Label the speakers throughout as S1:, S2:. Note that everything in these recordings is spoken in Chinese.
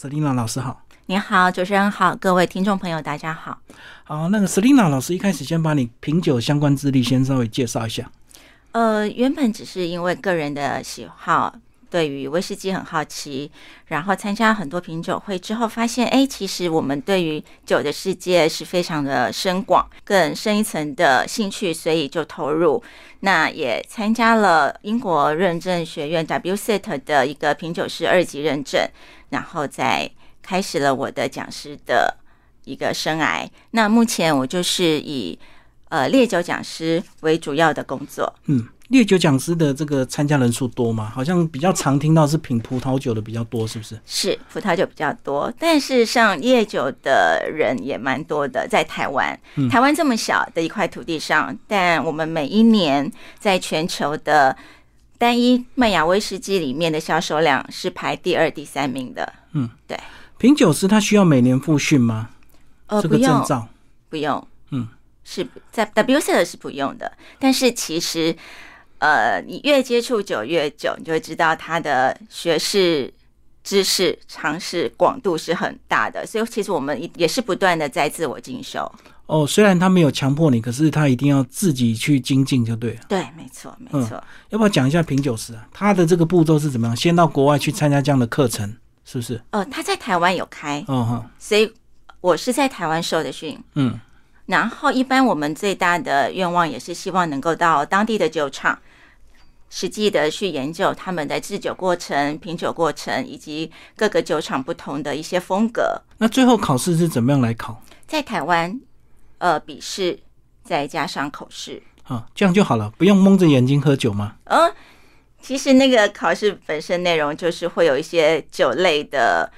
S1: Selina 老师好，
S2: 你好，主持人好，各位听众朋友大家好。
S1: 好，那个 Selina 老师一开始先把你品酒相关资历先稍微介绍一下。
S2: 呃，原本只是因为个人的喜好，对于威士忌很好奇，然后参加很多品酒会之后，发现哎，其实我们对于酒的世界是非常的深广，更深一层的兴趣，所以就投入。那也参加了英国认证学院 WSET 的一个品酒师二级认证，然后再开始了我的讲师的一个生涯。那目前我就是以呃烈酒讲师为主要的工作。
S1: 嗯，烈酒讲师的这个参加人数多吗？好像比较常听到是品葡萄酒的比较多，是不是？
S2: 是葡萄酒比较多，但事实上烈酒的人也蛮多的，在台湾。
S1: 嗯
S2: 台湾这么小的一块土地上，但我们每一年在全球的单一麦芽威士忌里面的销售量是排第二、第三名的。
S1: 嗯，
S2: 对。
S1: 品酒师他需要每年复训吗？
S2: 呃，
S1: 这
S2: 不
S1: 个证
S2: 用，
S1: 照？
S2: 不用，
S1: 嗯，
S2: 是不在 WSET 是不用的，但是其实，呃，你越接触酒越久，你就会知道它的学识、知识、尝试广度是很大的，所以其实我们也也是不断的在自我进修。
S1: 哦，虽然他没有强迫你，可是他一定要自己去精进就对了。
S2: 对，没错，没
S1: 嗯
S2: 错。
S1: 要不要讲一下品酒师啊？他的这个步骤是怎么样？先到国外去参加这样的课程，是不是？
S2: 哦、他在台湾有开，
S1: 哦哈，
S2: 所以我是在台湾受的训。
S1: 嗯，
S2: 然后，一般我们最大的愿望也是希望能够到当地的酒厂，实际的去研究他们的制酒过程、品酒过程，以及各个酒厂不同的一些风格。
S1: 那最后考试是怎么样来考
S2: 在台湾，呃，笔试再加上口试，
S1: 啊？这样就好了，不用蒙着眼睛喝酒吗？
S2: 嗯，其实那个考试本身内容就是会有一些酒类的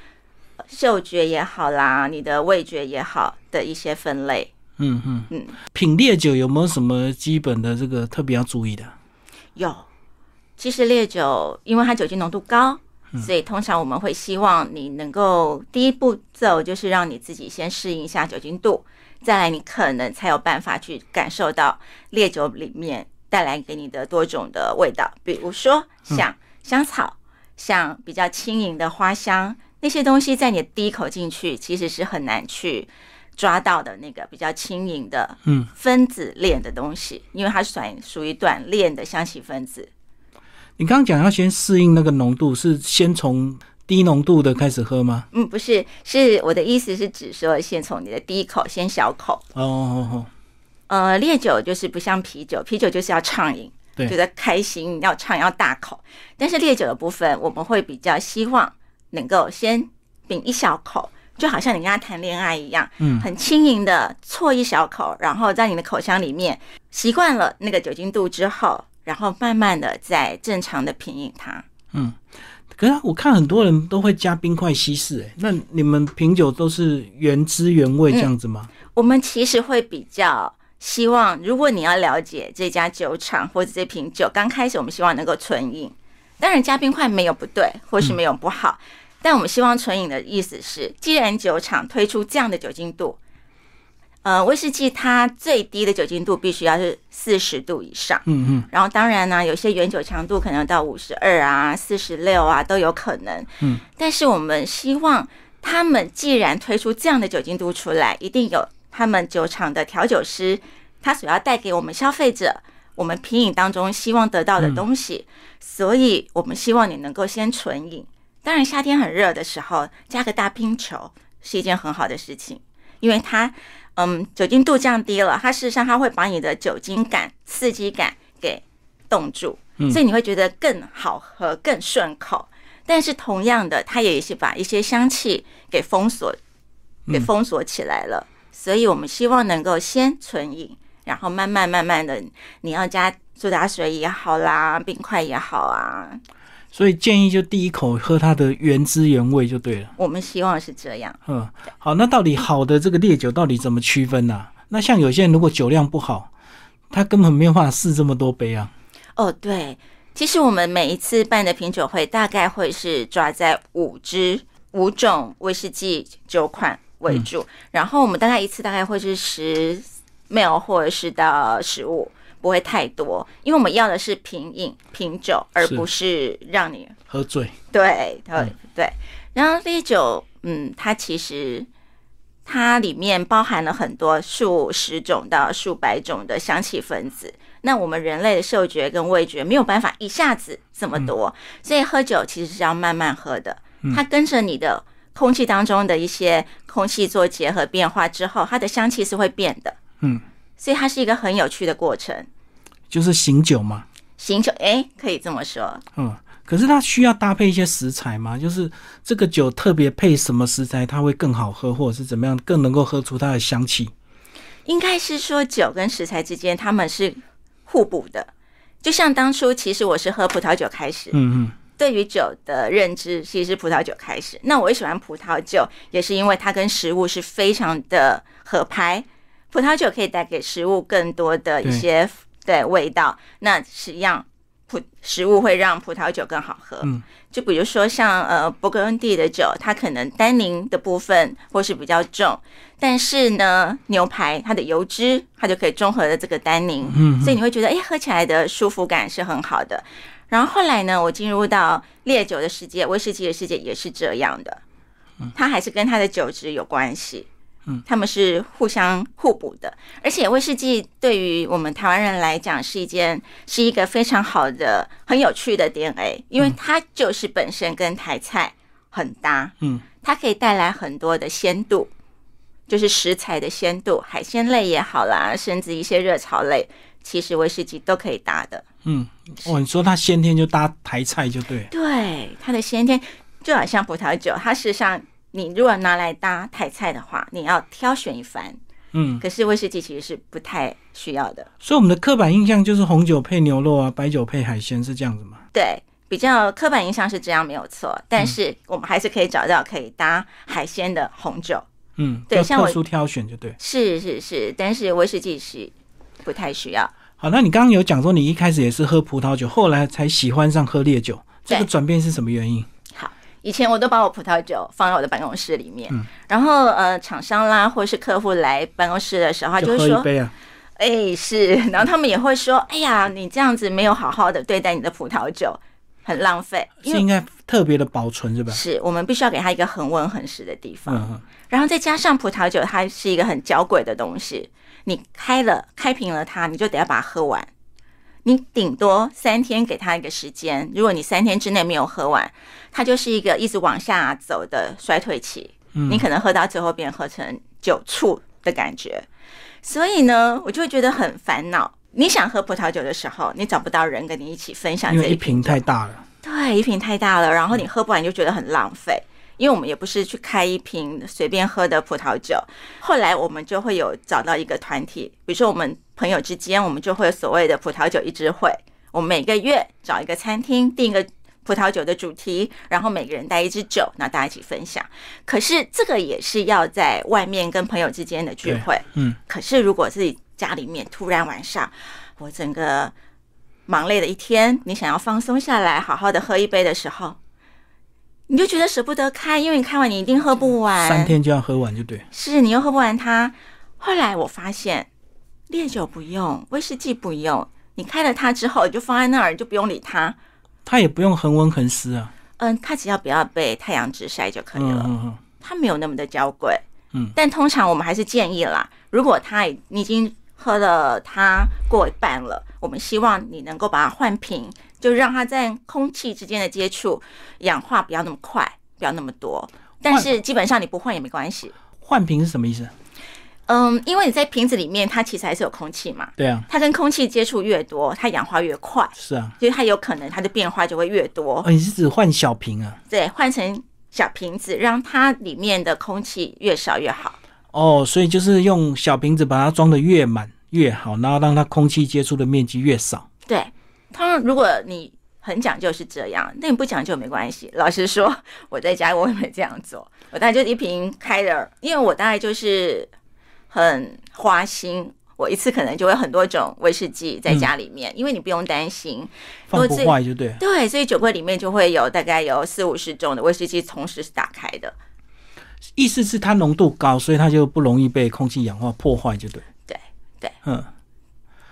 S2: 呃嗅觉也好啦，你的味觉也好的一些分类。
S1: 嗯嗯
S2: 嗯，
S1: 品烈酒有没有什么基本的这个特别要注意的？
S2: 有，其实烈酒因为它酒精浓度高，所以通常我们会希望你能够第一步骤就是让你自己先适应一下酒精度，再来你可能才有办法去感受到烈酒里面带来给你的多种的味道，比如说像香草，像比较轻盈的花香那些东西，在你第一口进去其实是很难去。抓到的那个比较轻盈的
S1: 嗯
S2: 分子链的东西，因为它属属于短链的香气分子。
S1: 你刚刚讲要先适应那个浓度，是先从低浓度的开始喝吗？
S2: 嗯，不是，是我的意思是指说，先从你的第一口，先小口。
S1: 哦哦哦，
S2: 呃，烈酒就是不像啤酒，啤酒就是要畅饮，
S1: 对
S2: 觉得开心要畅要大口。但是烈酒的部分，我们会比较希望能够先抿一小口，就好像你跟他谈恋爱一样，
S1: 嗯
S2: 很轻盈的啜一小口，然后在你的口腔里面习惯了那个酒精度之后，然后慢慢的再正常的品饮它。
S1: 嗯。可是我看很多人都会加冰块稀释，哎，那你们品酒都是原汁原味这样子吗？
S2: 我们其实会比较希望，如果你要了解这家酒厂或者这瓶酒，刚开始我们希望能够纯饮。当然，加冰块没有不对，或是没有不好，但我们希望纯饮的意思是，既然酒厂推出这样的酒精度，呃，威士忌它最低的酒精度必须要是四十度以上。
S1: 嗯嗯
S2: 然后当然呢，有些原酒强度可能到五十二啊、四十六啊都有可能。
S1: 嗯，
S2: 但是我们希望他们既然推出这样的酒精度出来，一定有他们酒厂的调酒师他所要带给我们消费者。我们品饮当中希望得到的东西，
S1: 嗯
S2: 所以我们希望你能够先纯饮。当然，夏天很热的时候，加个大冰球是一件很好的事情，因为它嗯，酒精度降低了，它事实上它会把你的酒精感、刺激感给冻住，
S1: 嗯
S2: 所以你会觉得更好喝、更顺口。但是同样的，它也是把一些香气给封锁、给
S1: 嗯
S2: 封锁起来了。所以我们希望能够先纯饮，然后慢慢慢慢的，你要加苏打水也好啦，冰块也好啊，
S1: 所以建议就第一口喝它的原汁原味就对了。
S2: 我们希望是这样。
S1: 嗯，好，那到底好的这个烈酒到底怎么区分呢、那像有些人如果酒量不好，他根本没有办法试这么多杯啊。
S2: 哦，对，其实我们每一次办的品酒会，大概会是抓在五支五种威士忌酒款为主，然后我们大概一次大概会是十 ml 或者是到十五。不会太多，因为我们要的是品饮、品酒，而
S1: 是
S2: 不是让你
S1: 喝醉，
S2: 对对对。然后烈酒，嗯，它其实它里面包含了很多数十种到数百种的香气分子。那我们人类的嗅觉跟味觉没有办法一下子这么多，所以喝酒其实是要慢慢喝的。它跟着你的空气当中的一些空气做结合变化之后，它的香气是会变的。
S1: 嗯，
S2: 所以它是一个很有趣的过程。
S1: 就是醒酒嘛，
S2: 醒酒，哎，可以这么说，
S1: 嗯，可是它需要搭配一些食材嘛，就是这个酒特别配什么食材，它会更好喝，或者是怎么样，更能够喝出它的香气。
S2: 应该是说酒跟食材之间它们是互补的。就像当初，其实我是喝葡萄酒开始，
S1: 嗯嗯，
S2: 对于酒的认知其实是葡萄酒开始。那我也喜欢葡萄酒，也是因为它跟食物是非常的合拍。葡萄酒可以带给食物更多的一些对味道，那是一样。葡食物会让葡萄酒更好喝，
S1: 嗯，
S2: 就比如说像呃勃艮第的酒，它可能单宁的部分或是比较重，但是呢牛排它的油脂它就可以中和了这个单宁，
S1: 嗯
S2: 所以你会觉得哎喝起来的舒服感是很好的。然后后来呢，我进入到烈酒的世界，威士忌的世界也是这样的，它还是跟它的酒质有关系。
S1: 嗯，
S2: 他们是互相互补的，而且威士忌对于我们台湾人来讲是一件是一个非常好的、很有趣的 DNA，因为它就是本身跟台菜很搭，
S1: 嗯，
S2: 它可以带来很多的鲜度，就是食材的鲜度，海鲜类也好啦，甚至一些热炒类，其实威士忌都可以搭的。
S1: 嗯，哦，你说它先天就搭台菜就对了，
S2: 对，它的先天就好像葡萄酒，它事实上你如果拿来搭台菜的话，你要挑选一番。
S1: 嗯，
S2: 可是威士忌其实是不太需要的，
S1: 所以我们的刻板印象就是红酒配牛肉啊，白酒配海鲜是这样子嘛？
S2: 对，比较刻板印象是这样没有错，但是我们还是可以找到可以搭海鲜的红酒，
S1: 嗯，
S2: 对
S1: 要
S2: 像我
S1: 特殊挑选就对。
S2: 是是是，但是威士忌是不太需要。
S1: 好，那你刚刚有讲说你一开始也是喝葡萄酒，后来才喜欢上喝烈酒，这个
S2: 对
S1: 转变是什么原因？
S2: 好，以前我都把我葡萄酒放在我的办公室里面，然后呃，厂商啦或是客户来办公室的时候，他就
S1: 就
S2: 会
S1: 喝
S2: 说
S1: 一，杯啊，
S2: 哎、是，然后他们也会说，哎呀，你这样子没有好好的对待你的葡萄酒，很浪费，因
S1: 是
S2: 为
S1: 应该特别的保存是吧？
S2: 是我们必须要给它一个恒温恒湿的地方。
S1: 嗯嗯，
S2: 然后再加上葡萄酒，它是一个很娇贵的东西，你开了开瓶了它，你就得要把它喝完。你顶多三天给它一个时间，如果你三天之内没有喝完，它就是一个一直往下走的衰退期。
S1: 嗯
S2: 你可能喝到最后变喝成酒醋的感觉，所以呢，我就会觉得很烦恼。你想喝葡萄酒的时候，你找不到人跟你一起分享
S1: 嗯因
S2: 这
S1: 为一
S2: 一
S1: 瓶太大了。
S2: 对，一瓶太大了，然后你喝不完你就觉得很浪费。因为我们也不是去开一瓶随便喝的葡萄酒，后来我们就会有找到一个团体，比如说我们朋友之间，我们就会有所谓的葡萄酒一支会，我们每个月找一个餐厅定一个葡萄酒的主题，然后每个人带一支酒，那大家一起分享。可是这个也是要在外面跟朋友之间的聚
S1: 对
S2: 会，
S1: 嗯，
S2: 可是如果自己家里面突然晚上，我整个忙累的一天，你想要放松下来，好好的喝一杯的时候，你就觉得舍不得开，因为你开完你一定喝不完，
S1: 三天就要喝完就对。
S2: 是你又喝不完它。后来我发现，烈酒不用，威士忌不用，你开了它之后，你就放在那儿，你就不用理它。
S1: 它也不用恒温恒湿啊，
S2: 嗯，它只要不要被太阳直晒就可以
S1: 嗯
S2: 了。
S1: 嗯嗯，
S2: 它没有那么的娇贵，
S1: 嗯，
S2: 但通常我们还是建议啦，如果它已你已经喝了它过一半了，我们希望你能够把它换瓶，就让它在空气之间的接触氧化不要那么快，不要那么多。但是基本上你不换也没关系，
S1: 换瓶是什么意思？
S2: 嗯，因为你在瓶子里面，它其实还是有空气嘛，
S1: 对啊，
S2: 它跟空气接触越多，它氧化越快，
S1: 是啊，
S2: 所以它有可能它的变化就会越多。
S1: 哦，你是指换小瓶啊？
S2: 对，换成小瓶子，让它里面的空气越少越好。
S1: 哦，所以就是用小瓶子把它装的越满越好，然后让它空气接触的面积越少。
S2: 对，当然如果你很讲究是这样，那你不讲究没关系。老实说， 我在家我也没这样做，我大概就一瓶开的，因为我大概就是很花心。我一次可能就会很多种威士忌在家里面，因为你不用担心。
S1: 放不
S2: 多自
S1: 坏就对。
S2: 对，所以酒柜里面就会有大概有四五十种的威士忌同时是打开的。
S1: 意思是它浓度高，所以它就不容易被空气氧化破坏，就对。
S2: 对对，
S1: 嗯，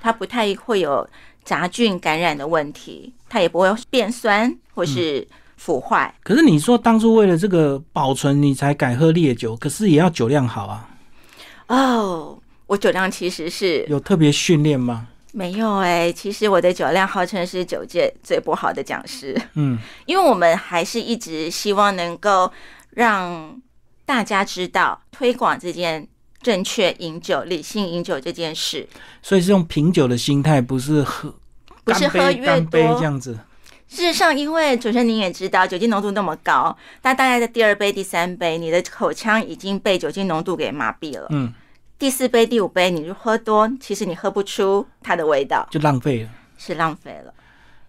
S2: 它不太会有杂菌感染的问题，它也不会变酸或是腐坏。
S1: 可是你说当初为了这个保存，你才改喝烈酒，可是也要酒量好啊，
S2: 哦，我酒量其实是
S1: 有特别训练吗？
S2: 没有哎、其实我的酒量号称是酒界最不好的讲师，
S1: 嗯，
S2: 因为我们还是一直希望能够让大家知道推广这件正确饮酒、理性饮酒这件事。
S1: 所以是用品酒的心态，不是喝，
S2: 不是
S1: 干杯
S2: 喝越
S1: 干杯
S2: 多
S1: 这样子。
S2: 事实上，因为主持人您也知道，酒精浓度那么高，但大概在第二杯、第三杯，你的口腔已经被酒精浓度给麻痹了。
S1: 嗯，
S2: 第四杯、第五杯，你就喝多，其实你喝不出它的味道，
S1: 就浪费了。
S2: 是浪费了。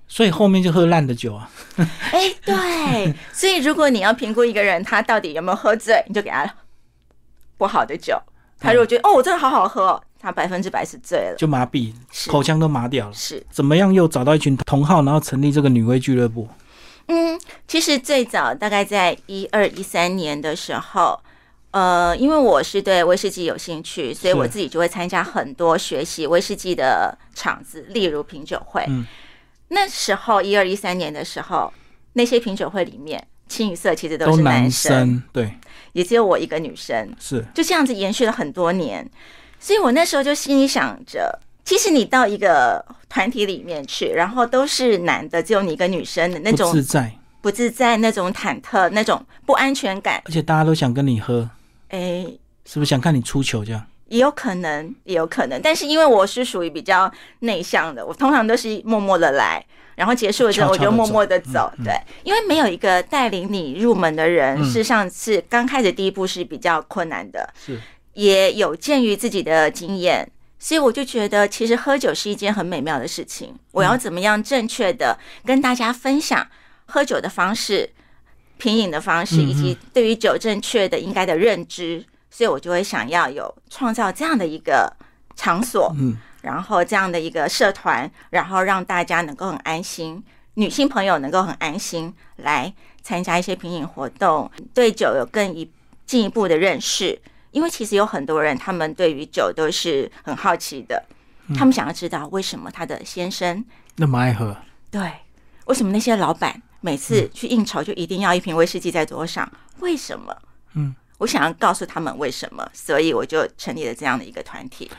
S1: 所以后面就喝烂的酒啊，
S2: 哎，对，所以如果你要评估一个人他到底有没有喝醉，你就给他不好的酒。他如果觉得、哦，我真的好好喝哦，他百分之百是醉了。
S1: 就麻痹，
S2: 是
S1: 口腔都麻掉了。
S2: 是，
S1: 怎么样又找到一群同好，然后成立这个女威俱乐部？
S2: 嗯，其实最早大概在一二一三年的时候，呃，因为我是对威士忌有兴趣，所以我
S1: 是
S2: 自己就会参加很多学习威士忌的场子，例如品酒会。
S1: 嗯
S2: 那时候一二一三年的时候，那些品酒会里面，清一色其实都
S1: 都
S2: 是
S1: 男
S2: 生，
S1: 生，对，
S2: 也只有我一个女生，
S1: 是
S2: 就这样子延续了很多年。所以我那时候就心里想着。其实你到一个团体里面去，然后都是男的，只有你一个女生的那
S1: 不
S2: 种
S1: 自在，
S2: 不自在、那种忐忑、那种不安全感，
S1: 而且大家都想跟你喝，
S2: 诶，
S1: 是不是想看你出糗这样？
S2: 也有可能，也有可能。但是因为我是属于比较内向的，我通常都是默默的来，然后结束了之后
S1: 悄
S2: 我
S1: 悄地
S2: 就默默的走。
S1: 嗯嗯
S2: 对，因为没有一个带领你入门的人，
S1: 嗯
S2: 事实上是刚开始第一步是比较困难的，
S1: 是，
S2: 也有鉴于自己的经验。所以我就觉得，其实喝酒是一件很美妙的事情。我要怎么样正确的跟大家分享喝酒的方式、品饮的方式，
S1: 嗯嗯
S2: 以及对于酒正确的应该的认知。所以我就会想要有创造这样的一个场所，
S1: 嗯，
S2: 然后这样的一个社团，然后让大家能够很安心，女性朋友能够很安心来参加一些品饮活动，对酒有更一进一步的认识。因为其实有很多人，他们对于酒都是很好奇的，他们想要知道为什么他的先生
S1: 那么爱喝，
S2: 对，为什么那些老板每次去应酬就一定要一瓶威士忌在桌上？为什么？
S1: 嗯，
S2: 我想要告诉他们为什么，所以我就成立了这样的一个团体。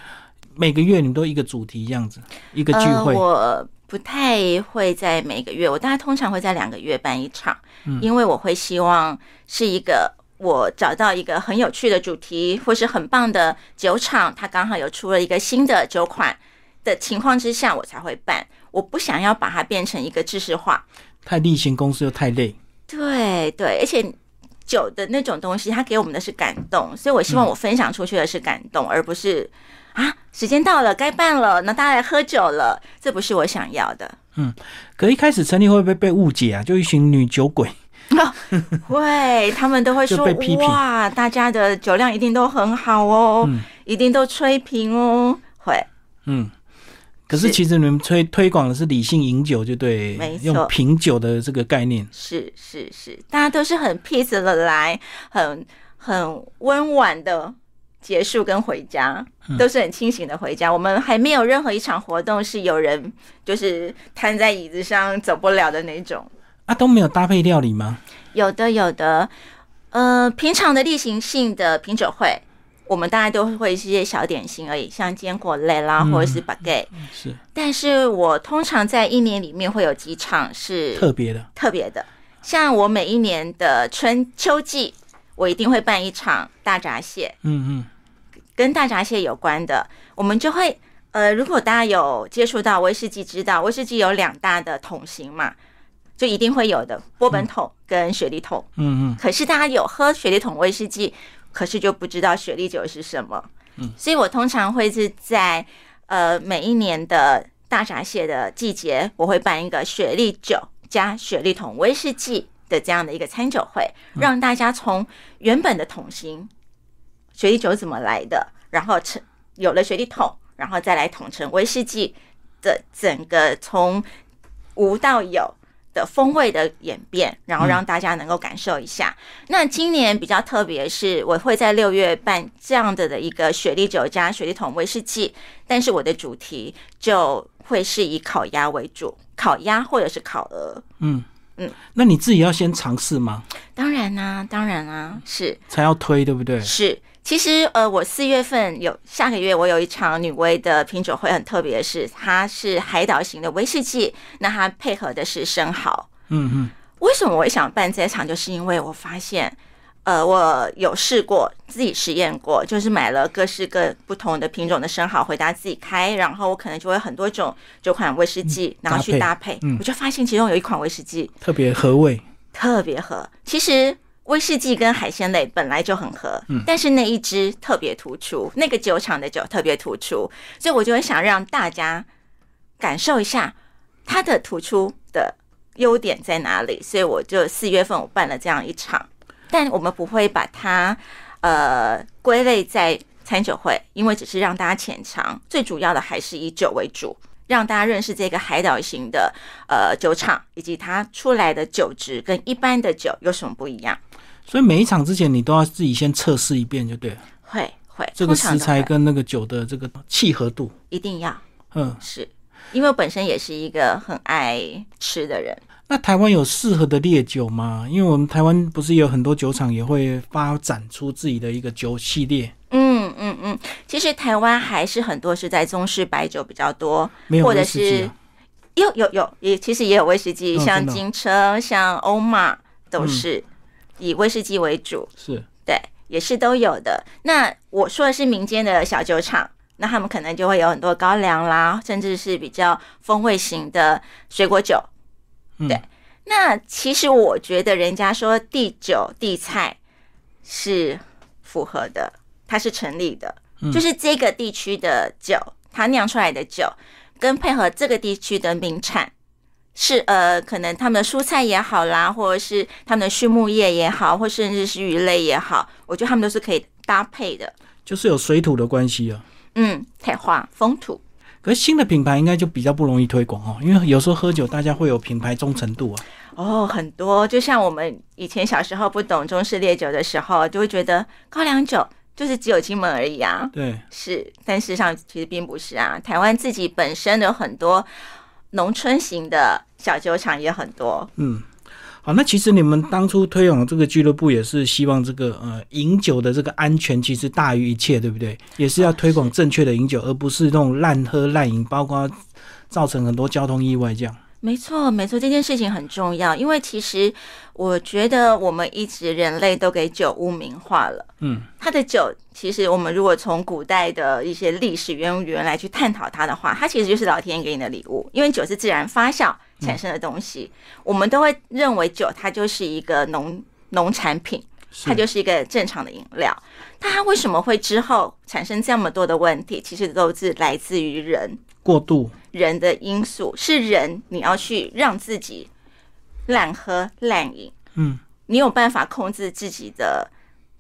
S1: 每个月你们都一个主题这样子，一个聚会，
S2: 呃、我不太会在每个月，我大概通常会在两个月办一场，
S1: 嗯
S2: 因为我会希望是一个。我找到一个很有趣的主题，或是很棒的酒厂，它刚好有出了一个新的酒款的情况之下，我才会办。我不想要把它变成一个知识化，
S1: 太例行公事又太累，
S2: 对对，而且酒的那种东西，它给我们的是感动，所以我希望我分享出去的是感动，而不是啊，时间到了该办了，那大家来喝酒了，这不是我想要的。
S1: 可一开始成立会不会被误解啊？就一群女酒鬼，
S2: 会，他们都会
S1: 就
S2: 说
S1: 被批评
S2: 哇，大家的酒量一定都很好哦，一定都吹瓶哦。会，
S1: 嗯。可是
S2: 是
S1: 其实你们推推广的是理性饮酒，就对
S2: 没，错
S1: 用品酒的这个概念，
S2: 是是是，大家都是很 peace 的来，很很温婉的结束跟回家，
S1: 嗯
S2: 都是很清醒的回家。我们还没有任何一场活动是有人就是瘫在椅子上走不了的那种。
S1: 啊都没有搭配料理吗？
S2: 有的有的，呃，平常的例行性的品酒会。我们大家都会一些小点心而已，像坚果类啦，或者是 baguette、
S1: 是
S2: 但是我通常在一年里面会有几场是
S1: 特别的，
S2: 特别的。像我每一年的春秋季，我一定会办一场大闸蟹，
S1: 嗯嗯，
S2: 跟大闸蟹有关的，我们就会呃，如果大家有接触到威士忌，知道威士忌有两大的桶型嘛，就一定会有的波本桶跟雪莉桶。
S1: 嗯嗯，
S2: 可是大家有喝雪莉桶威士忌，可是就不知道雪莉酒是什么。嗯，所以我通常会是在呃每一年的大闸蟹的季节，我会办一个雪莉酒加雪莉桶威士忌的这样的一个餐酒会，让大家从原本的桶型雪莉酒怎么来的，然后成有了雪莉桶，然后再来统称威士忌的整个从无到有。的风味的演变，然后让大家能够感受一下。那今年比较特别是，我会在六月办这样的的一个雪莉酒加雪莉桶威士忌，但是我的主题就会是以烤鸭为主，烤鸭或者是烤鹅。
S1: 嗯，
S2: 嗯，
S1: 那你自己要先尝试吗？
S2: 当然啦、当然啦、是
S1: 才要推，对不对？
S2: 是。其实呃，我四月份有下个月我有一场女威的品酒会，很特别的是，它是海岛型的威士忌，那它配合的是生蚝。
S1: 嗯嗯，
S2: 为什么我想办这一场？就是因为我发现，呃，我有试过自己实验过，就是买了各式各不同的品种的生蚝回家自己开，然后我可能就会有很多种九款威士忌，然后去
S1: 搭
S2: 搭配，
S1: 嗯
S2: 我就发现其中有一款威士忌
S1: 特别合味。
S2: 特别合。其实威士忌跟海鲜类本来就很合，但是那一支特别突出，那个酒厂的酒特别突出，所以我就会想让大家感受一下它的突出的优点在哪里。所以我就四月份我办了这样一场，但我们不会把它呃归类在。餐酒会，因为只是让大家浅尝，最主要的还是以酒为主，让大家认识这个海岛型的呃酒厂，以及它出来的酒质跟一般的酒有什么不一样？
S1: 所以每一场之前，你都要自己先测试一遍，就对了。
S2: 会会，
S1: 这个
S2: 通常
S1: 食
S2: 都
S1: 材
S2: 会
S1: 跟那个酒的这个契合度。
S2: 一定要
S1: 嗯，
S2: 是，因为我本身也是一个很爱吃的人，
S1: 那台湾有适合的烈酒吗？因为我们台湾不是也有很多酒厂也会发展出自己的一个酒系列，
S2: 嗯嗯嗯，其实台湾还是很多是在中式白酒比较多，
S1: 没有
S2: 或者
S1: 威士忌、
S2: 是
S1: 啊。
S2: 有有有，也其实也有威士忌，
S1: 哦
S2: 像
S1: 真的哦
S2: 金车、像欧玛都
S1: 嗯
S2: 是以威士忌为主。
S1: 是
S2: 对，也是都有的。那我说的是民间的小酒厂，那他们可能就会有很多高粱啦，甚至是比较风味型的水果酒。
S1: 嗯
S2: 对，那其实我觉得人家说地酒地菜是符合的，它是成立的，
S1: 嗯
S2: 就是这个地区的酒，它酿出来的酒，跟配合这个地区的名产。是呃，可能他们的蔬菜也好啦，或者是他们的畜牧业也好，或甚至是鱼类也好，我觉得他们都是可以搭配的。
S1: 就是有水土的关系啊。
S2: 嗯，彩画风土
S1: 可是新的品牌应该就比较不容易推广哦，因为有时候喝酒大家会有品牌忠诚度啊。
S2: 哦，很多就像我们以前小时候不懂中式烈酒的时候，就会觉得高粱酒就是只有金门而已啊。
S1: 对，
S2: 是，但事实上其实并不是啊。台湾自己本身有很多农村型的小酒厂也很多，
S1: 嗯，好，那其实你们当初推广这个俱乐部也是希望这个呃饮酒的这个安全其实大于一切，对不对？也是要推广正确的饮酒，而不是那种滥喝滥饮，包括造成很多交通意外这样。
S2: 没错，没错，这件事情很重要，因为其实我觉得我们一直人类都给酒污名化了。
S1: 嗯，
S2: 它的酒，其实我们如果从古代的一些历史渊源来去探讨它的话，它其实就是老天给你的礼物，因为酒是自然发酵产生的东西，我们都会认为酒它就是一个农农产品，它
S1: 是。
S2: 就是一个正常的饮料。但它为什么会之后产生这么多的问题？其实都是来自于人。
S1: 过度，
S2: 人的因素，是人你要去让自己滥喝滥饮，
S1: 嗯，
S2: 你有办法控制自己的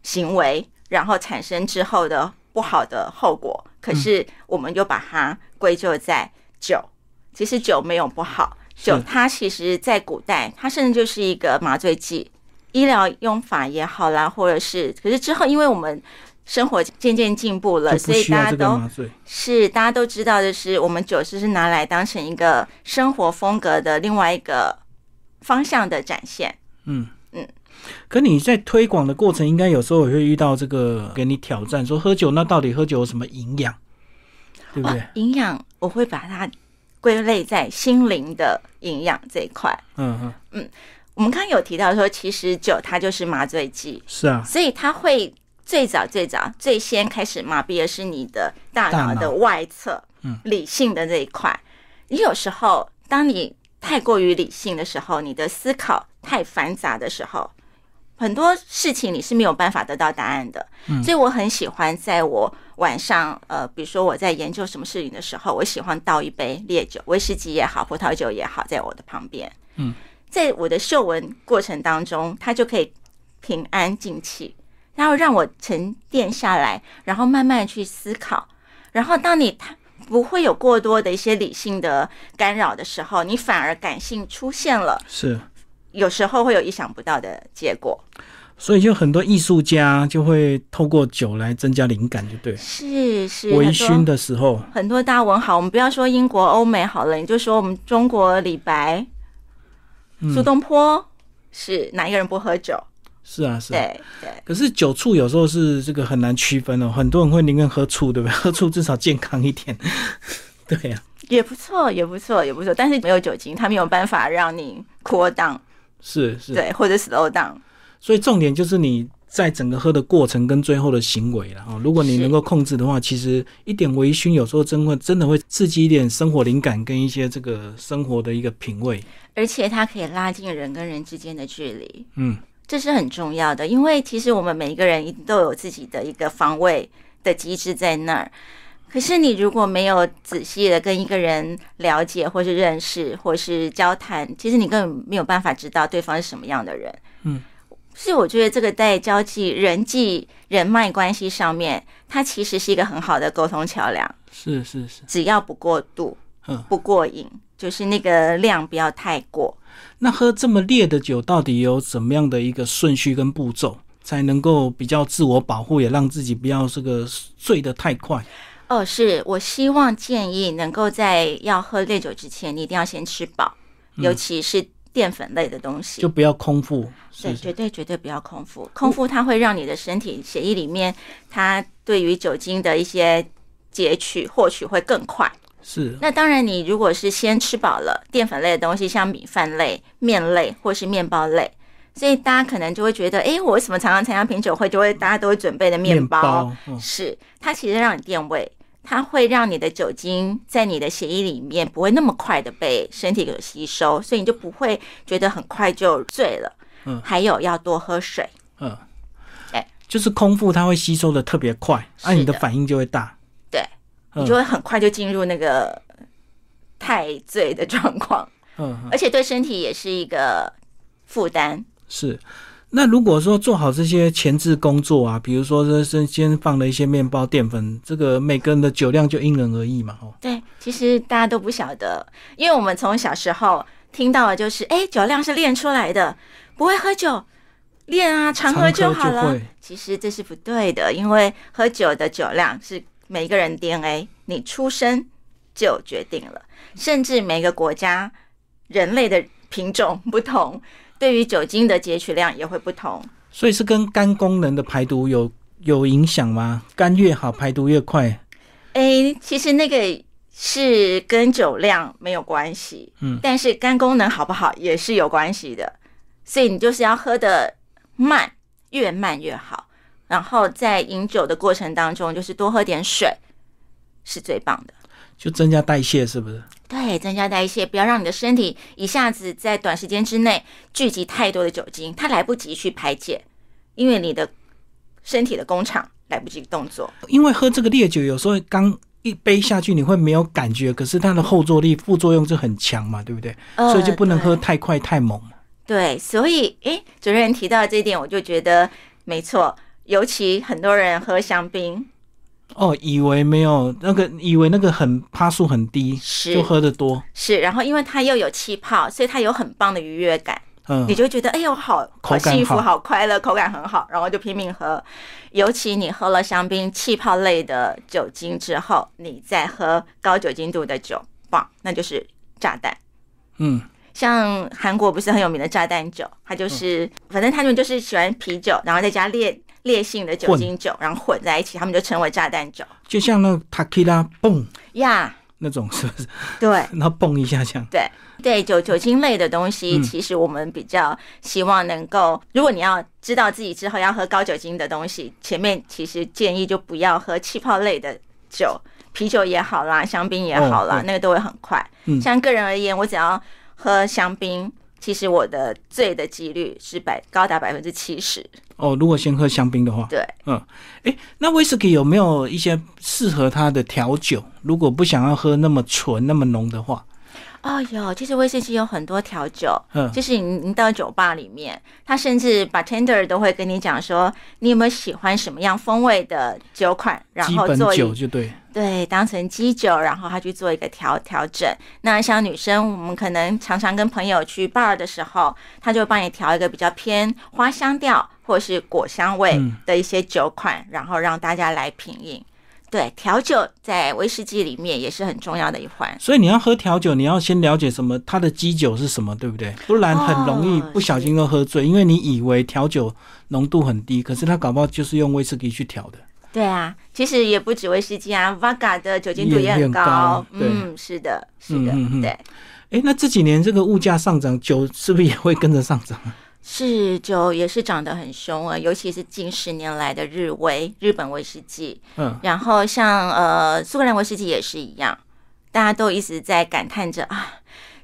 S2: 行为，然后产生之后的不好的后果。
S1: 嗯
S2: 可是我们就把它归咎在酒，其实酒没有不好，酒它其实在古代它甚至就是一个麻醉剂，医疗用法也好啦，或者是可是之后因为我们生活渐渐进步了，
S1: 就不
S2: 所以
S1: 需要
S2: 大家
S1: 这个
S2: 都
S1: 麻醉。
S2: 是大家都知道的是，我们酒是是拿来当成一个生活风格的另外一个方向的展现。
S1: 嗯
S2: 嗯。
S1: 可你在推广的过程，应该有时候也会遇到这个给你挑战，说喝酒那到底喝酒有什么营养，对不对
S2: 哦？营养我会把它归类在心灵的营养这一块。
S1: 嗯嗯，
S2: 我们刚刚有提到说，其实酒它就是麻醉剂，
S1: 是啊，
S2: 所以它会最早最早最先开始麻痹的是你的大
S1: 大
S2: 脑
S1: 脑
S2: 的外侧，
S1: 嗯，
S2: 理性的这一块。你有时候当你太过于理性的时候，你的思考太繁杂的时候，很多事情你是没有办法得到答案的。嗯、所以我很喜欢在我晚上，呃，比如说我在研究什么事情的时候，我喜欢倒一杯烈酒，威士忌也好，葡萄酒也好，在我的旁边。
S1: 嗯，
S2: 在我的嗅闻过程当中，它就可以平安静气，然后让我沉淀下来，然后慢慢去思考。然后当你它不会有过多的一些理性的干扰的时候，你反而感性出现了，
S1: 是。
S2: 有时候会有意想不到的结果。
S1: 所以就很多艺术家就会透过酒来增加灵感，就对。
S2: 是是，
S1: 微
S2: 很
S1: 醺
S2: 多
S1: 的时候，
S2: 很多大文豪，我们不要说英国、欧美好了，你就说我们中国李白。
S1: 嗯
S2: 苏东坡是哪一个人不喝酒？
S1: 是啊，是啊。
S2: 对对，
S1: 可是酒醋有时候是这个很难区分哦，很多人会宁愿喝醋，对不对？ 喝醋至少健康一点。 对啊呀、
S2: 也不错，也不错，也不错。但是没有酒精，他没有办法让你 cool down，
S1: 是是。
S2: 对，或者 slow down。
S1: 所以重点就是你在整个喝的过程跟最后的行为了哦。如果你
S2: 是
S1: 能够控制的话，其实一点微醺有时候真会真的会刺激一点生活灵感跟一些这个生活的一个品味。
S2: 而且它可以拉近人跟人之间的距离，
S1: 嗯，
S2: 这是很重要的，因为其实我们每一个人一定都有自己的一个防卫的机制在那儿。可是你如果没有仔细的跟一个人了解，或是认识，或是交谈，其实你根本没有办法知道对方是什么样的人。
S1: 嗯，
S2: 所以我觉得这个在交际、人际、人脉关系上面，它其实是一个很好的沟通桥梁，
S1: 是是是，
S2: 只要不过度、
S1: 嗯。
S2: 不过瘾，就是那个量不要太过。
S1: 那喝这么烈的酒，到底有怎么样的一个顺序跟步骤，才能够比较自我保护，也让自己不要这个醉得太快？
S2: 哦，是我希望建议能够在要喝烈酒之前，你一定要先吃饱，尤其是淀粉类的东西。
S1: 嗯就不要空腹，是
S2: 对，
S1: 不是
S2: 绝对绝对不要空腹，空腹它会让你的身体血液里面，它对于酒精的一些截取获取会更快。
S1: 是
S2: 那当然，你如果是先吃饱了淀粉类的东西，像米饭类、面类或是面包类，所以大家可能就会觉得，诶，我为什么常常参加品酒会，就会大家都会准备的面包？
S1: 包，嗯
S2: 是它其实让你垫胃，它会让你的酒精在你的血液里面不会那么快的被身体给吸收，所以你就不会觉得很快就醉了。
S1: 嗯
S2: 还有要多喝水，
S1: 嗯
S2: 对，
S1: 就是空腹它会吸收的特别快，那、
S2: 是
S1: 你的
S2: 的
S1: 反应就会大。
S2: 对，
S1: 嗯
S2: 你就会很快就进入那个太醉的状况，
S1: 嗯，嗯
S2: 而且对身体也是一个负担。
S1: 是。那如果说做好这些前置工作啊，比如说这是先放了一些面包淀粉，这个每个人的酒量就因人而异嘛，哦，
S2: 对，其实大家都不晓得，因为我们从小时候听到的就是，哎，酒量是练出来的，不会喝酒，练啊，常喝就好
S1: 常喝
S2: 了
S1: 就会。
S2: 其实这是不对的，因为喝酒的酒量是每个人 DNA，你出生就决定了，甚至每个国家人类的品种不同，对于酒精的截取量也会不同。
S1: 所以是跟肝功能的排毒有有影响吗？肝越好，排毒越快。
S2: 诶，哎其实那个是跟酒量没有关系，
S1: 嗯
S2: 但是肝功能好不好也是有关系的，所以你就是要喝的慢，越慢越好。然后在饮酒的过程当中，就是多喝点水，是最棒的。
S1: 就增加代谢，是不是？
S2: 对，增加代谢，不要让你的身体一下子在短时间之内聚集太多的酒精，它来不及去排解，因为你的身体的工厂来不及动作。
S1: 因为喝这个烈酒，有时候刚一杯下去，你会没有感觉，可是它的后坐力、副作用就很强嘛，对不对？所以就不能
S2: 呃
S1: 喝太快、太猛。
S2: 对，所以诶，主任提到这一点，我就觉得没错。尤其很多人喝香槟，
S1: 哦，以为没有那个，以为那个很趴数很低，
S2: 是
S1: 就喝得多，
S2: 是，然后因为它又有气泡，所以它有很棒的愉悦感，
S1: 嗯
S2: 你，就会觉得哎呦好
S1: 口
S2: 好
S1: 感
S2: 幸福，
S1: 好
S2: 好快乐，口感很好，然后就拼命喝。尤其你喝了香槟气泡类的酒精之后，你再喝高酒精度的酒棒，那就是炸弹。
S1: 嗯，
S2: 像韩国不是很有名的炸弹酒，它就是、反正他们就是喜欢啤酒，然后再加烈烈性的酒精酒，然后混在一起，他们就称为炸弹酒
S1: 就像那个 t a k i l a 蹦
S2: 呀。
S1: 那种，是不是？
S2: 对
S1: 然后蹦一下这样。
S2: 对，酒酒精类的东西，
S1: 嗯
S2: 其实我们比较希望能够，如果你要知道自己之后要喝高酒精的东西，前面其实建议就不要喝气泡类的酒，啤酒也好啦，香槟也好啦，
S1: 哦对
S2: 那个都会很快。
S1: 嗯
S2: 像个人而言，我只要喝香槟。其实我的醉的几率是百高达百分之七十，
S1: 哦，如果先喝香槟的话，
S2: 对，
S1: 嗯，诶，那威士忌有没有一些适合它的调酒？如果不想要喝那么纯、那么浓的话，
S2: 哦，有，其实威士忌有很多调酒，
S1: 嗯，
S2: 就是你你到酒吧里面，他甚至 bartender 都会跟你讲说，你有没有喜欢什么样风味的酒款，然
S1: 基
S2: 后
S1: 本
S2: 做
S1: 酒
S2: 一
S1: 就对。
S2: 对当成基酒，然后他去做一个调调整。那像女生，我们可能常常跟朋友去 bar 的时候，他就会帮你调一个比较偏花香调或是果香味
S1: 嗯
S2: 的一些酒款，然后让大家来品饮。对，调酒在威士忌里面也是很重要的一环。
S1: 所以你要喝调酒，你要先了解什么它的基酒是什么，对不对？不然很容易
S2: 哦
S1: 不小心就喝醉，因为你以为调酒浓度很低，可是它搞不好就是用威士忌去调的。
S2: 对啊，其实也不止威士忌啊 v o d a 的酒精度
S1: 也
S2: 也很
S1: 很高对
S2: 嗯，是的，是
S1: 嗯
S2: 的，
S1: 嗯嗯
S2: 对，
S1: 诶，那这几年这个物价上涨，酒是不是也会跟着上涨？
S2: 是酒也是涨得很凶啊，尤其是近十年来的日威日本威士忌，
S1: 嗯，
S2: 然后像呃苏格兰威士忌也是一样，大家都一直在感叹着啊，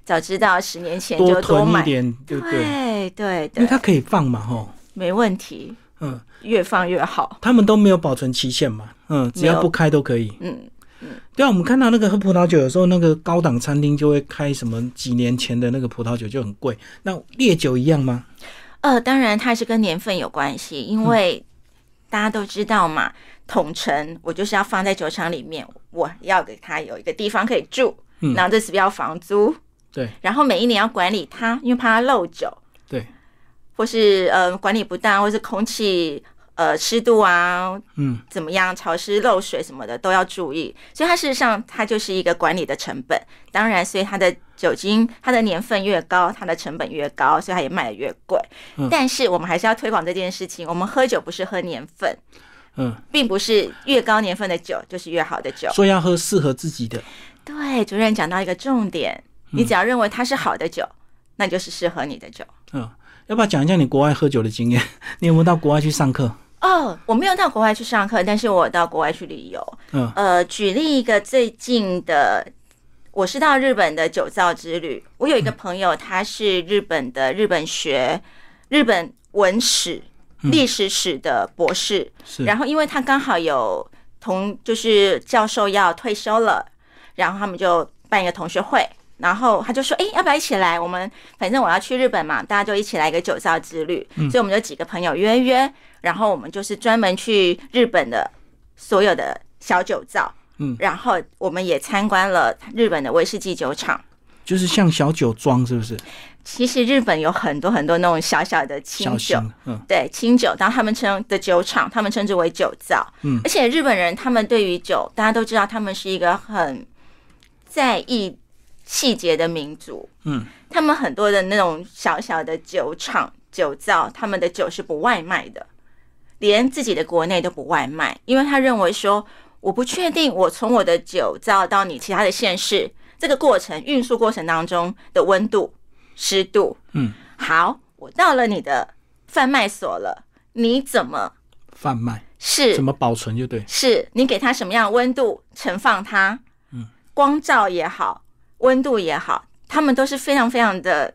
S2: 早知道十年前就
S1: 多
S2: 多
S1: 囤一
S2: 买，
S1: 点，对不对？
S2: 对对
S1: 因为它
S2: 对，
S1: 可以放嘛，吼，
S2: 没问题，
S1: 嗯，
S2: 越放越好，
S1: 他们都没有保存期限嘛，嗯，只
S2: 没有
S1: 要不开都可以。
S2: 嗯，
S1: 对啊，我们看到那个喝葡萄酒，有时候那个高档餐厅就会开什么几年前的那个葡萄酒就很贵。那烈酒一样吗？
S2: 呃，当然它是跟年份有关系，因
S1: 嗯
S2: 为大家都知道嘛，统称我就是要放在酒厂里面，我要给它有一个地方可以住，
S1: 嗯
S2: 然后这是不要房租，
S1: 对
S2: 然后每一年要管理它，因为怕它漏酒，
S1: 对，
S2: 或是呃管理不当，或是空气呃湿度啊
S1: 嗯，
S2: 怎么样潮湿漏水什么的都要注意，所以它事实上它就是一个管理的成本。当然，所以它的酒精它的年份越高，它的成本越高，所以它也卖的越贵。
S1: 嗯
S2: 但是我们还是要推广这件事情。我们喝酒不是喝年份，
S1: 嗯，
S2: 并不是越高年份的酒就是越好的酒。
S1: 说要喝适合自己的，
S2: 对，主任讲到一个重点，你只要认为它是好的酒，那就是适合你的酒。
S1: 嗯，要不要讲一下你国外喝酒的经验？ 你有没有到国外去上课？
S2: 哦，我没有到国外去上课，但是我有到国外去旅游。
S1: 嗯
S2: 呃，举例一个最近的，我是到日本的酒造之旅。我有一个朋友，他是日本的日本学、日本文史、历史史的博士。
S1: 是，
S2: 然后，因为他刚好有同就是教授要退休了，然后他们就办一个同学会。然后他就说：“哎，要不要一起来？我们反正我要去日本嘛，大家就一起来一个酒造之旅。
S1: 嗯
S2: 所以我们就几个朋友约约，然后我们就是专门去日本的所有的小酒造，
S1: 嗯，
S2: 然后我们也参观了日本的威士忌酒厂。
S1: 就是像小酒庄，是不是？
S2: 其实日本有很多很多那种小小的清
S1: 小
S2: 酒，
S1: 型，嗯
S2: 对清酒，然后他们称的酒厂，他们称之为酒造。
S1: 嗯
S2: 而且日本人他们对于酒，大家都知道，他们是一个很在意细节的民族。
S1: 嗯，
S2: 他们很多的那种小小的酒厂、酒造，他们的酒是不外卖的，连自己的国内都不外卖，因为他认为说，我不确定我从我的酒造到你其他的县市这个过程运输过程当中的温度、湿度。
S1: 嗯，
S2: 好，我到了你的贩卖所了，你怎么
S1: 贩卖
S2: 是
S1: 怎么保存就对，
S2: 是你给它什么样的温度盛放它，
S1: 嗯
S2: 光照也好，温度也好，它们都是非常非常的，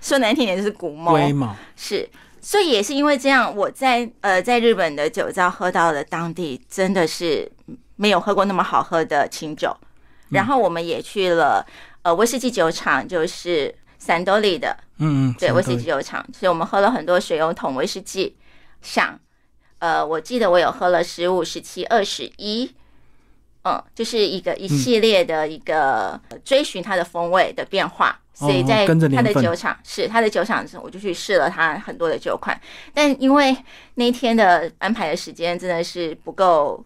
S2: 说难听点就是古猫，
S1: 龟毛，
S2: 是，所以也是因为这样，我在呃在日本的酒糟喝到了当地真的是没有喝过那么好喝的清酒，
S1: 嗯
S2: 然后我们也去了呃威士忌酒厂，就是散多利的
S1: 嗯嗯，
S2: 对
S1: 什么
S2: 威士
S1: 都
S2: 忌酒厂，所以我们喝了很多水油桶威士忌，像呃，我记得我有喝了十五、十七、二十一，嗯，就是一个一系列的一个呃追寻它的风味的变化。所以
S1: 哦
S2: 在
S1: 跟着
S2: 它的
S1: 年份
S2: 酒厂是它的酒厂的时候，我就去试了它很多的酒款，但因为那天的安排的时间真的是不够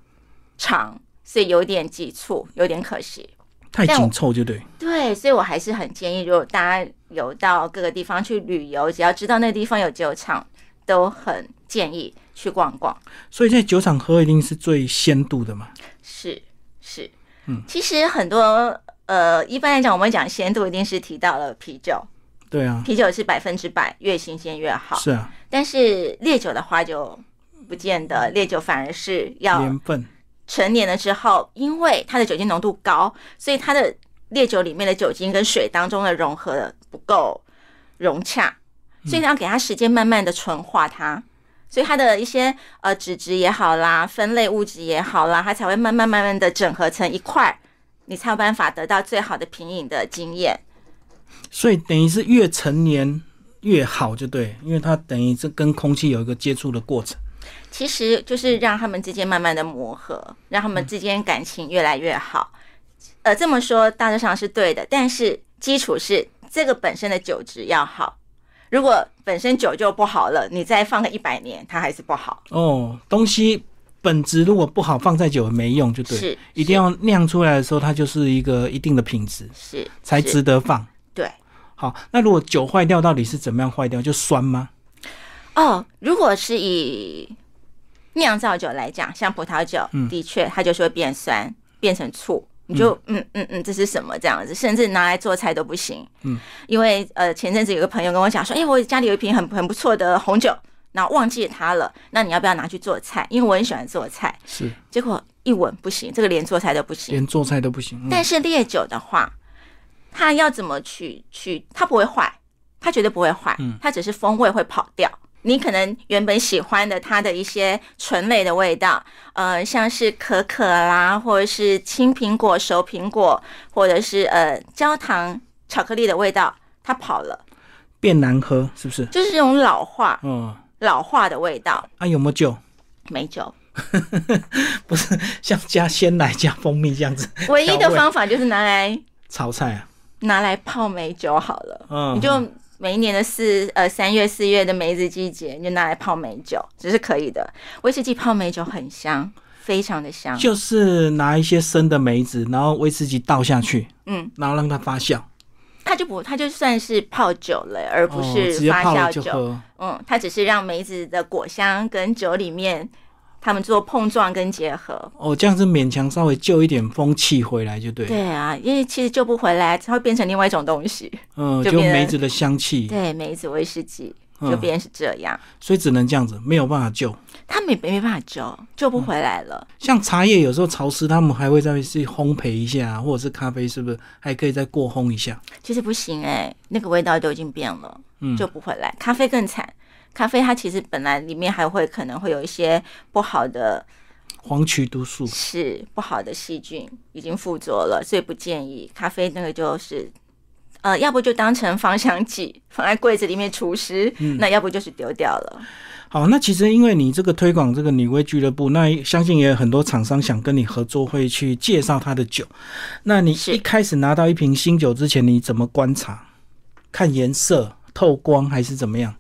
S2: 长，所以有点急促，有点可惜。
S1: 太
S2: 但我
S1: 紧凑就对，
S2: 对，所以我还是很建议，如果大家有到各个地方去旅游，只要知道那个地方有酒厂，都很建议去逛逛。
S1: 所以在酒厂喝一定是最鲜度的嘛。
S2: 是是，嗯，其实很多呃，一般来讲，我们讲鲜度一定是提到了啤酒，
S1: 对啊，
S2: 啤酒是百分之百，越新鲜越好。
S1: 是啊，
S2: 但是烈酒的话就不见得，烈酒反而是要
S1: 年份，
S2: 成年了之后，因为它的酒精浓度高，所以它的烈酒里面的酒精跟水当中的融合不够融洽，所以你要给它时间慢慢的纯化它。所以它的一些呃脂质也好啦，分类物质也好啦，它才会慢慢慢慢的整合成一块，你才有办法得到最好的品饮的经验。
S1: 所以等于是越成年越好就对，因为它等于是跟空气有一个接触的过程。
S2: 其实就是让他们之间慢慢的磨合，让他
S1: 嗯
S2: 们之间感情越来越好。呃，这么说大致上是对的，但是基础是这个本身的酒质要好。如果本身酒就不好了，你再放个一百年，它还是不好。
S1: 哦，东西本质如果不好，放再久也没用，就对。
S2: 是
S1: 一定要酿出来的时候，它就是一个一定的品质，
S2: 是
S1: 才
S2: 是
S1: 值得放。
S2: 对。
S1: 好，那如果酒坏掉，到底是怎么样坏掉？就酸吗？
S2: 哦，如果是以酿造酒来讲，像葡萄酒，的确它就是会变酸，变成醋。你就嗯嗯嗯，这是什么这样子？甚至拿来做菜都不行。
S1: 嗯，
S2: 因为呃，前阵子有个朋友跟我讲说，哎、我家里有一瓶很很不错的红酒，然后忘记它了。那你要不要拿去做菜？因为我很喜欢做菜。
S1: 是，
S2: 结果一闻不行，这个连做菜都不行。
S1: 连做菜都不行。嗯、
S2: 但是烈酒的话，它要怎么去去，它不会坏，它绝对不会坏，
S1: 嗯
S2: 它只是风味会跑掉。你可能原本喜欢的它的一些醇类的味道，呃，像是可可啦，或者是青苹果、熟苹果，或者是呃焦糖巧克力的味道，它跑了，
S1: 变难喝，是不是？
S2: 就是这种老化
S1: 哦，
S2: 老化的味道。
S1: 啊，有没有酒？
S2: 美酒
S1: 像加鲜奶、加蜂蜜这样子
S2: 唯一
S1: 调
S2: 的
S1: 味
S2: 方法就是拿来
S1: 炒菜啊？
S2: 拿来泡美酒好了。
S1: 嗯，
S2: 你就每一年的四呃三月四月的梅子季节，你就拿来泡美酒，这是可以的。威士忌泡美酒很香，非常的香。
S1: 就是拿一些生的梅子，然后威士忌倒下去，
S2: 嗯，
S1: 然后让它发酵，
S2: 它就不，它就算是泡酒了，而不
S1: 哦、直
S2: 是
S1: 接
S2: 发
S1: 泡
S2: 酵
S1: 了就
S2: 酒。
S1: 喝。
S2: 嗯，它只是让梅子的果香跟酒里面它们做碰撞跟结合。
S1: 哦，这样子勉强稍微救一点风气回来就对。，
S2: 对啊，因为其实救不回来，它会变成另外一种东西。
S1: 嗯，
S2: 就
S1: 就
S2: 变
S1: 梅子的香气，
S2: 对，梅子威士忌就
S1: 嗯
S2: 变是这样，
S1: 所以只能这样子，没有办法救。
S2: 它没没办法救，救不回来了。
S1: 像茶叶有时候潮湿，他们还会再去烘焙一下，或者是咖啡，是不是还可以再过烘一下？
S2: 其实不行哎、那个味道都已经变了，
S1: 嗯
S2: 就不回来。咖啡更惨，咖啡它其实本来里面还会可能会有一些不好的
S1: 黄曲毒素
S2: 是不好的细菌已经附着了，所以不建议咖啡那个就是。呃，要不就当成芳香剂放在柜子里面除湿，那要不就是丢掉了。
S1: 好，那其实因为你这个推广这个女威俱乐部，那相信也有很多厂商想跟你合作，会去介绍他的酒。那你
S2: 是
S1: 一开始拿到一瓶新酒之前，你怎么观察？看颜色、透光还是怎么样？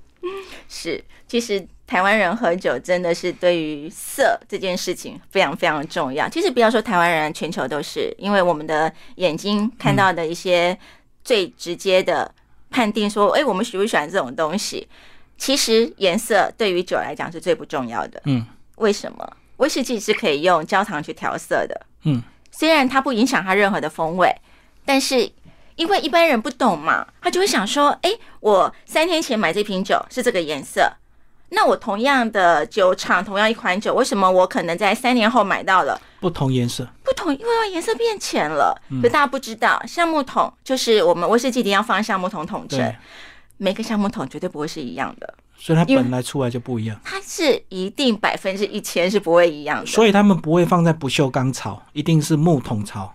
S2: 是，其实台湾人喝酒真的是对于色这件事情非常非常重要。其实不要说台湾人，全球都是，因为我们的眼睛
S1: 嗯
S2: 看到的一些最直接的判定说，哎、我们喜不喜欢这种东西。其实颜色对于酒来讲是最不重要的。
S1: 嗯，
S2: 为什么？威士忌是可以用焦糖去调色的。
S1: 嗯，
S2: 虽然它不影响它任何的风味，但是因为一般人不懂嘛，他就会想说，哎、我三天前买这瓶酒是这个颜色，那我同样的酒厂同样一款酒，为什么我可能在三年后买到了
S1: 不同颜色，
S2: 不同，因为颜色变浅了？可大家不知道，橡木桶就是我们威士忌一定要放橡木桶桶
S1: 对
S2: 称，，每个橡木桶绝对不会是一样的，
S1: 所以它
S2: 因为
S1: 本来出来就不一样，
S2: 它是一定百分之一千是不会一样的。
S1: 所以他们不会放在不锈钢槽，一定是木桶槽。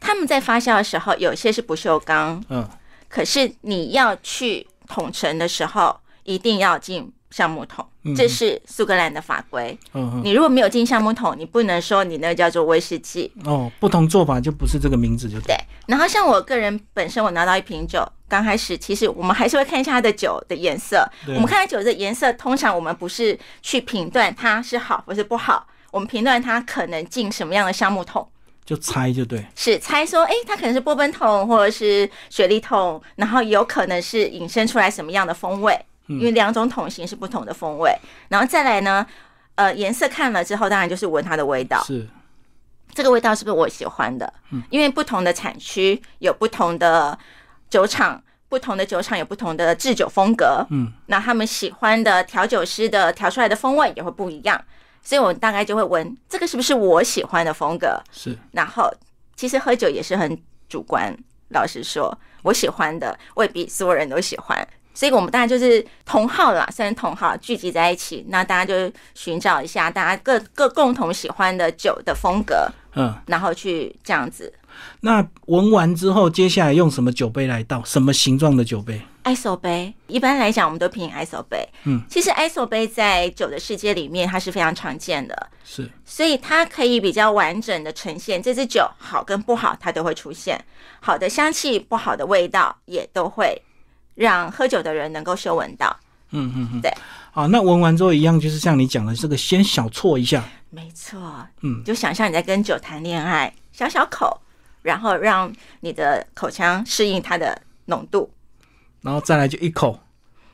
S2: 他们在发酵的时候，有些是不锈钢，
S1: 嗯，
S2: 可是你要去统称的时候，一定要进橡木桶，这是苏格兰的法规。
S1: 嗯
S2: 你如果没有进橡木桶，你不能说你那个叫做威士忌。
S1: 嗯，哦，不同做法就不是这个名字就对。
S2: 对，然后像我个人本身，我拿到一瓶酒，刚开始其实我们还是会看一下它的酒的颜色。
S1: 对
S2: 我们看它酒的颜色，通常我们不是去评断它是好或是不好，我们评断它可能进什么样的橡木桶。
S1: 就猜就对。
S2: 是猜说，诶，它可能是波本桶或者是雪莉桶，然后有可能是引申出来什么样的风味，因为两种桶型是不同的风味。然后再来呢，呃，颜色看了之后，当然就是闻它的味道，
S1: 是，
S2: 这个味道是不是我喜欢的？因为不同的产区有不同的酒厂。不同的酒厂有不同的制酒风格，
S1: 嗯，
S2: 那他们喜欢的调酒师的调出来的风味也会不一样，所以我大概就会闻这个是不是我喜欢的风格，
S1: 是，
S2: 然后其实喝酒也是很主观，老实说，我喜欢的未必所有人都喜欢。所以我们当然就是同好啦，算是同好聚集在一起，那大家就寻找一下大家各各共同喜欢的酒的风格，
S1: 嗯。
S2: 然后去这样子。
S1: 那闻完之后，接下来用什么酒杯来倒？什么形状的酒杯？
S2: 爱手杯，一般来讲我们都品爱手杯。
S1: 嗯，
S2: 其实爱手杯在酒的世界里面它是非常常见的，
S1: 是
S2: 所以它可以比较完整的呈现这支酒好跟不好，它都会出现。好的香气，不好的味道也都会让喝酒的人能够嗅闻到。
S1: 嗯嗯嗯，
S2: 对。
S1: 好，那闻完之后一样，就是像你讲的，这个先小错一下，
S2: 没错，
S1: 嗯
S2: 你就想象你在跟酒谈恋爱，小小口，然后让你的口腔适应它的浓度。
S1: 然后再来就一口，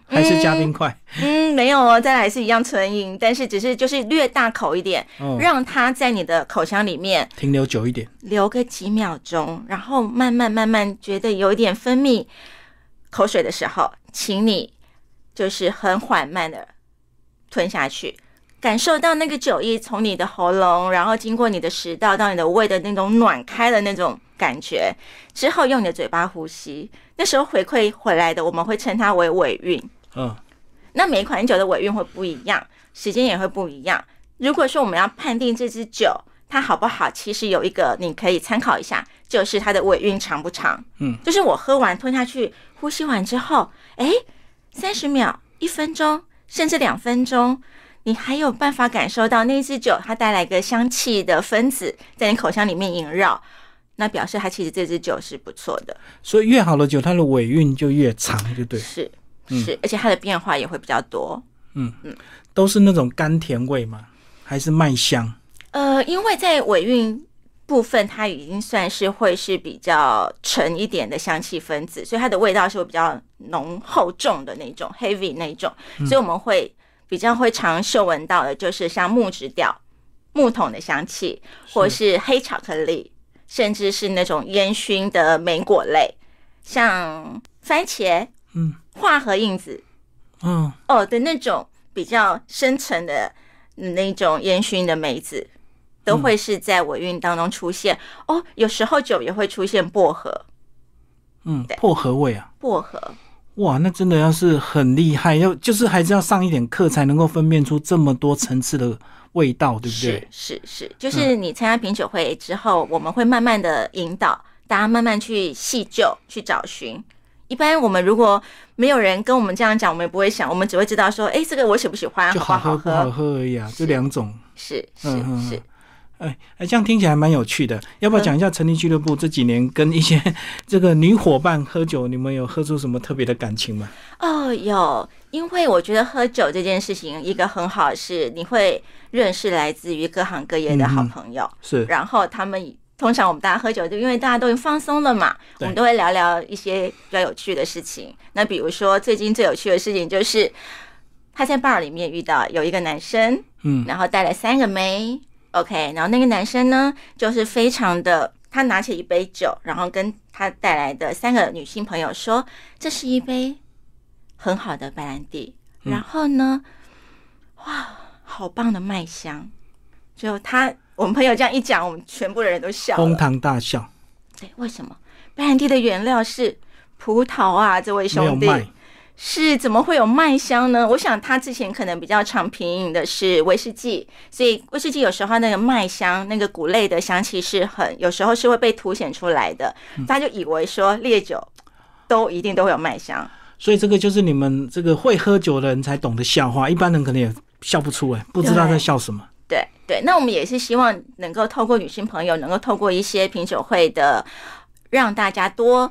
S1: 还是加冰块。
S2: 嗯，没有哦，再来是一样纯饮，但是只是就是略大口一点，
S1: 哦，
S2: 让它在你的口腔里面
S1: 停留久一点。
S2: 留个几秒钟，然后慢慢慢慢觉得有一点分泌口水的时候，请你就是很缓慢的吞下去，感受到那个酒液从你的喉咙，然后经过你的食道到你的胃的那种暖开的那种感觉，之后用你的嘴巴呼吸。那时候回馈回来的，我们会称它为尾韵。
S1: 嗯，
S2: 那每一款酒的尾韵会不一样，时间也会不一样。如果说我们要判定这支酒它好不好，其实有一个你可以参考一下，就是它的尾韵长不长。
S1: 嗯，
S2: 就是我喝完吞下去，呼吸完之后，哎，三十秒、一分钟，甚至两分钟。你还有办法感受到那支酒它带来一个香气的分子在你口腔里面萦绕，那表示它其实这支酒是不错的，
S1: 所以越好的酒，它的尾韵就越长，就对，
S2: 是
S1: 嗯
S2: 是，而且它的变化也会比较多。
S1: 都是那种甘甜味嘛，还是麦香。
S2: 呃，因为在尾韵部分，它已经算是会是比较沉一点的香气分子，所以它的味道是会比较浓厚重的那种 heavy 那种，所以我们会比较会常嗅闻到的就是像木质调、木桶的香气，或是黑巧克力，甚至是那种烟熏的莓果类，像番茄、
S1: 嗯
S2: 化合印子
S1: 嗯，
S2: 哦的那种比较深沉的嗯那种烟熏的梅子，
S1: 嗯
S2: 都会是在尾韵当中出现。哦，有时候酒也会出现薄荷，
S1: 嗯
S2: 对，
S1: 薄荷味啊，
S2: 薄荷
S1: 哇，那真的要是很厉害，要就是还是要上一点课才能够分辨出这么多层次的味道，对不
S2: 是
S1: 对？嗯
S2: 是是，就是你参加品酒会之后，我们会慢慢的引导大家慢慢去细究、去找寻。一般我们如果没有人跟我们这样讲，我们也不会想，我们只会知道说，哎，这个我喜不喜欢，
S1: 就
S2: 不
S1: 好喝
S2: 好
S1: 不好？喝而已啊，这两种。
S2: 是是
S1: 嗯嗯嗯
S2: 是，
S1: 哎哎，这样听起来还蛮有趣的。要不要
S2: 嗯
S1: 讲一下成立俱乐部这几年跟一些 这个女伙伴喝酒，你们有喝出什么特别的感情吗？
S2: 哦，有，因为我觉得喝酒这件事情，一个很好的是你会认识来自于各行各业的好
S1: 嗯嗯
S2: 朋友，
S1: 是，
S2: 然后他们通常我们大家喝酒，就因为大家都已经放松了嘛，我们都会聊聊一些比较有趣的事情。那比如说最近最有趣的事情就是他在 bar 里面遇到有一个男生，
S1: 嗯
S2: 然后带来三个妹，OK，然后那个男生呢，就是非常的，他拿起一杯酒，然后跟他带来的三个女性朋友说，这是一杯很好的白兰地，
S1: 嗯
S2: 然后呢，哇，好棒的麦香，就他，我们朋友这样一讲，我们全部的人都笑
S1: 哄
S2: 了。
S1: 堂大笑，
S2: 对，为什么白兰地的原料是葡萄啊？这位
S1: 没有
S2: 兄弟，
S1: 卖，
S2: 是怎么会有麦香呢？我想他之前可能比较常品饮的是威士忌，所以威士忌有时候那个麦香、那个谷类的香气是很，有时候是会被凸显出来的。
S1: 嗯
S2: 大家就以为说烈酒都一定都会有麦香，
S1: 所以这个就是你们这个会喝酒的人才懂得笑话，一般人可能也笑不出来，不知道在笑什么。
S2: 对对。那我们也是希望能够透过女性朋友，能够透过一些品酒会的，让大家多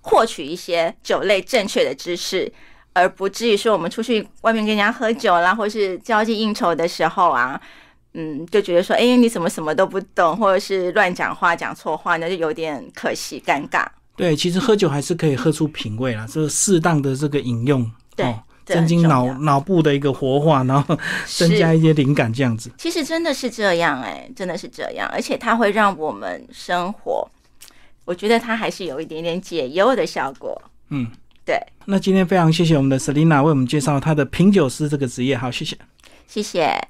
S2: 获取一些酒类正确的知识。而不至于说我们出去外面跟人家喝酒啦，或是交际应酬的时候啊，嗯，就觉得说，哎、你怎么什么都不懂，或者是乱讲话、讲错话，那就有点可惜、尴尬。
S1: 对，其实喝酒还是可以喝出品味啦，这个适当的这个饮用，
S2: 对
S1: 哦，
S2: 这很
S1: 增进
S2: 重
S1: 脑
S2: 要
S1: 脑部的一个活化，然后增加
S2: 是
S1: 一些灵感，这样子。
S2: 其实真的是这样、哎，真的是这样，而且它会让我们生活，我觉得它还是有一点点解忧的效果。
S1: 嗯，
S2: 对，
S1: 那今天非常谢谢我们的 Selina 为我们介绍她的品酒师这个职业，好，谢谢。
S2: 谢谢。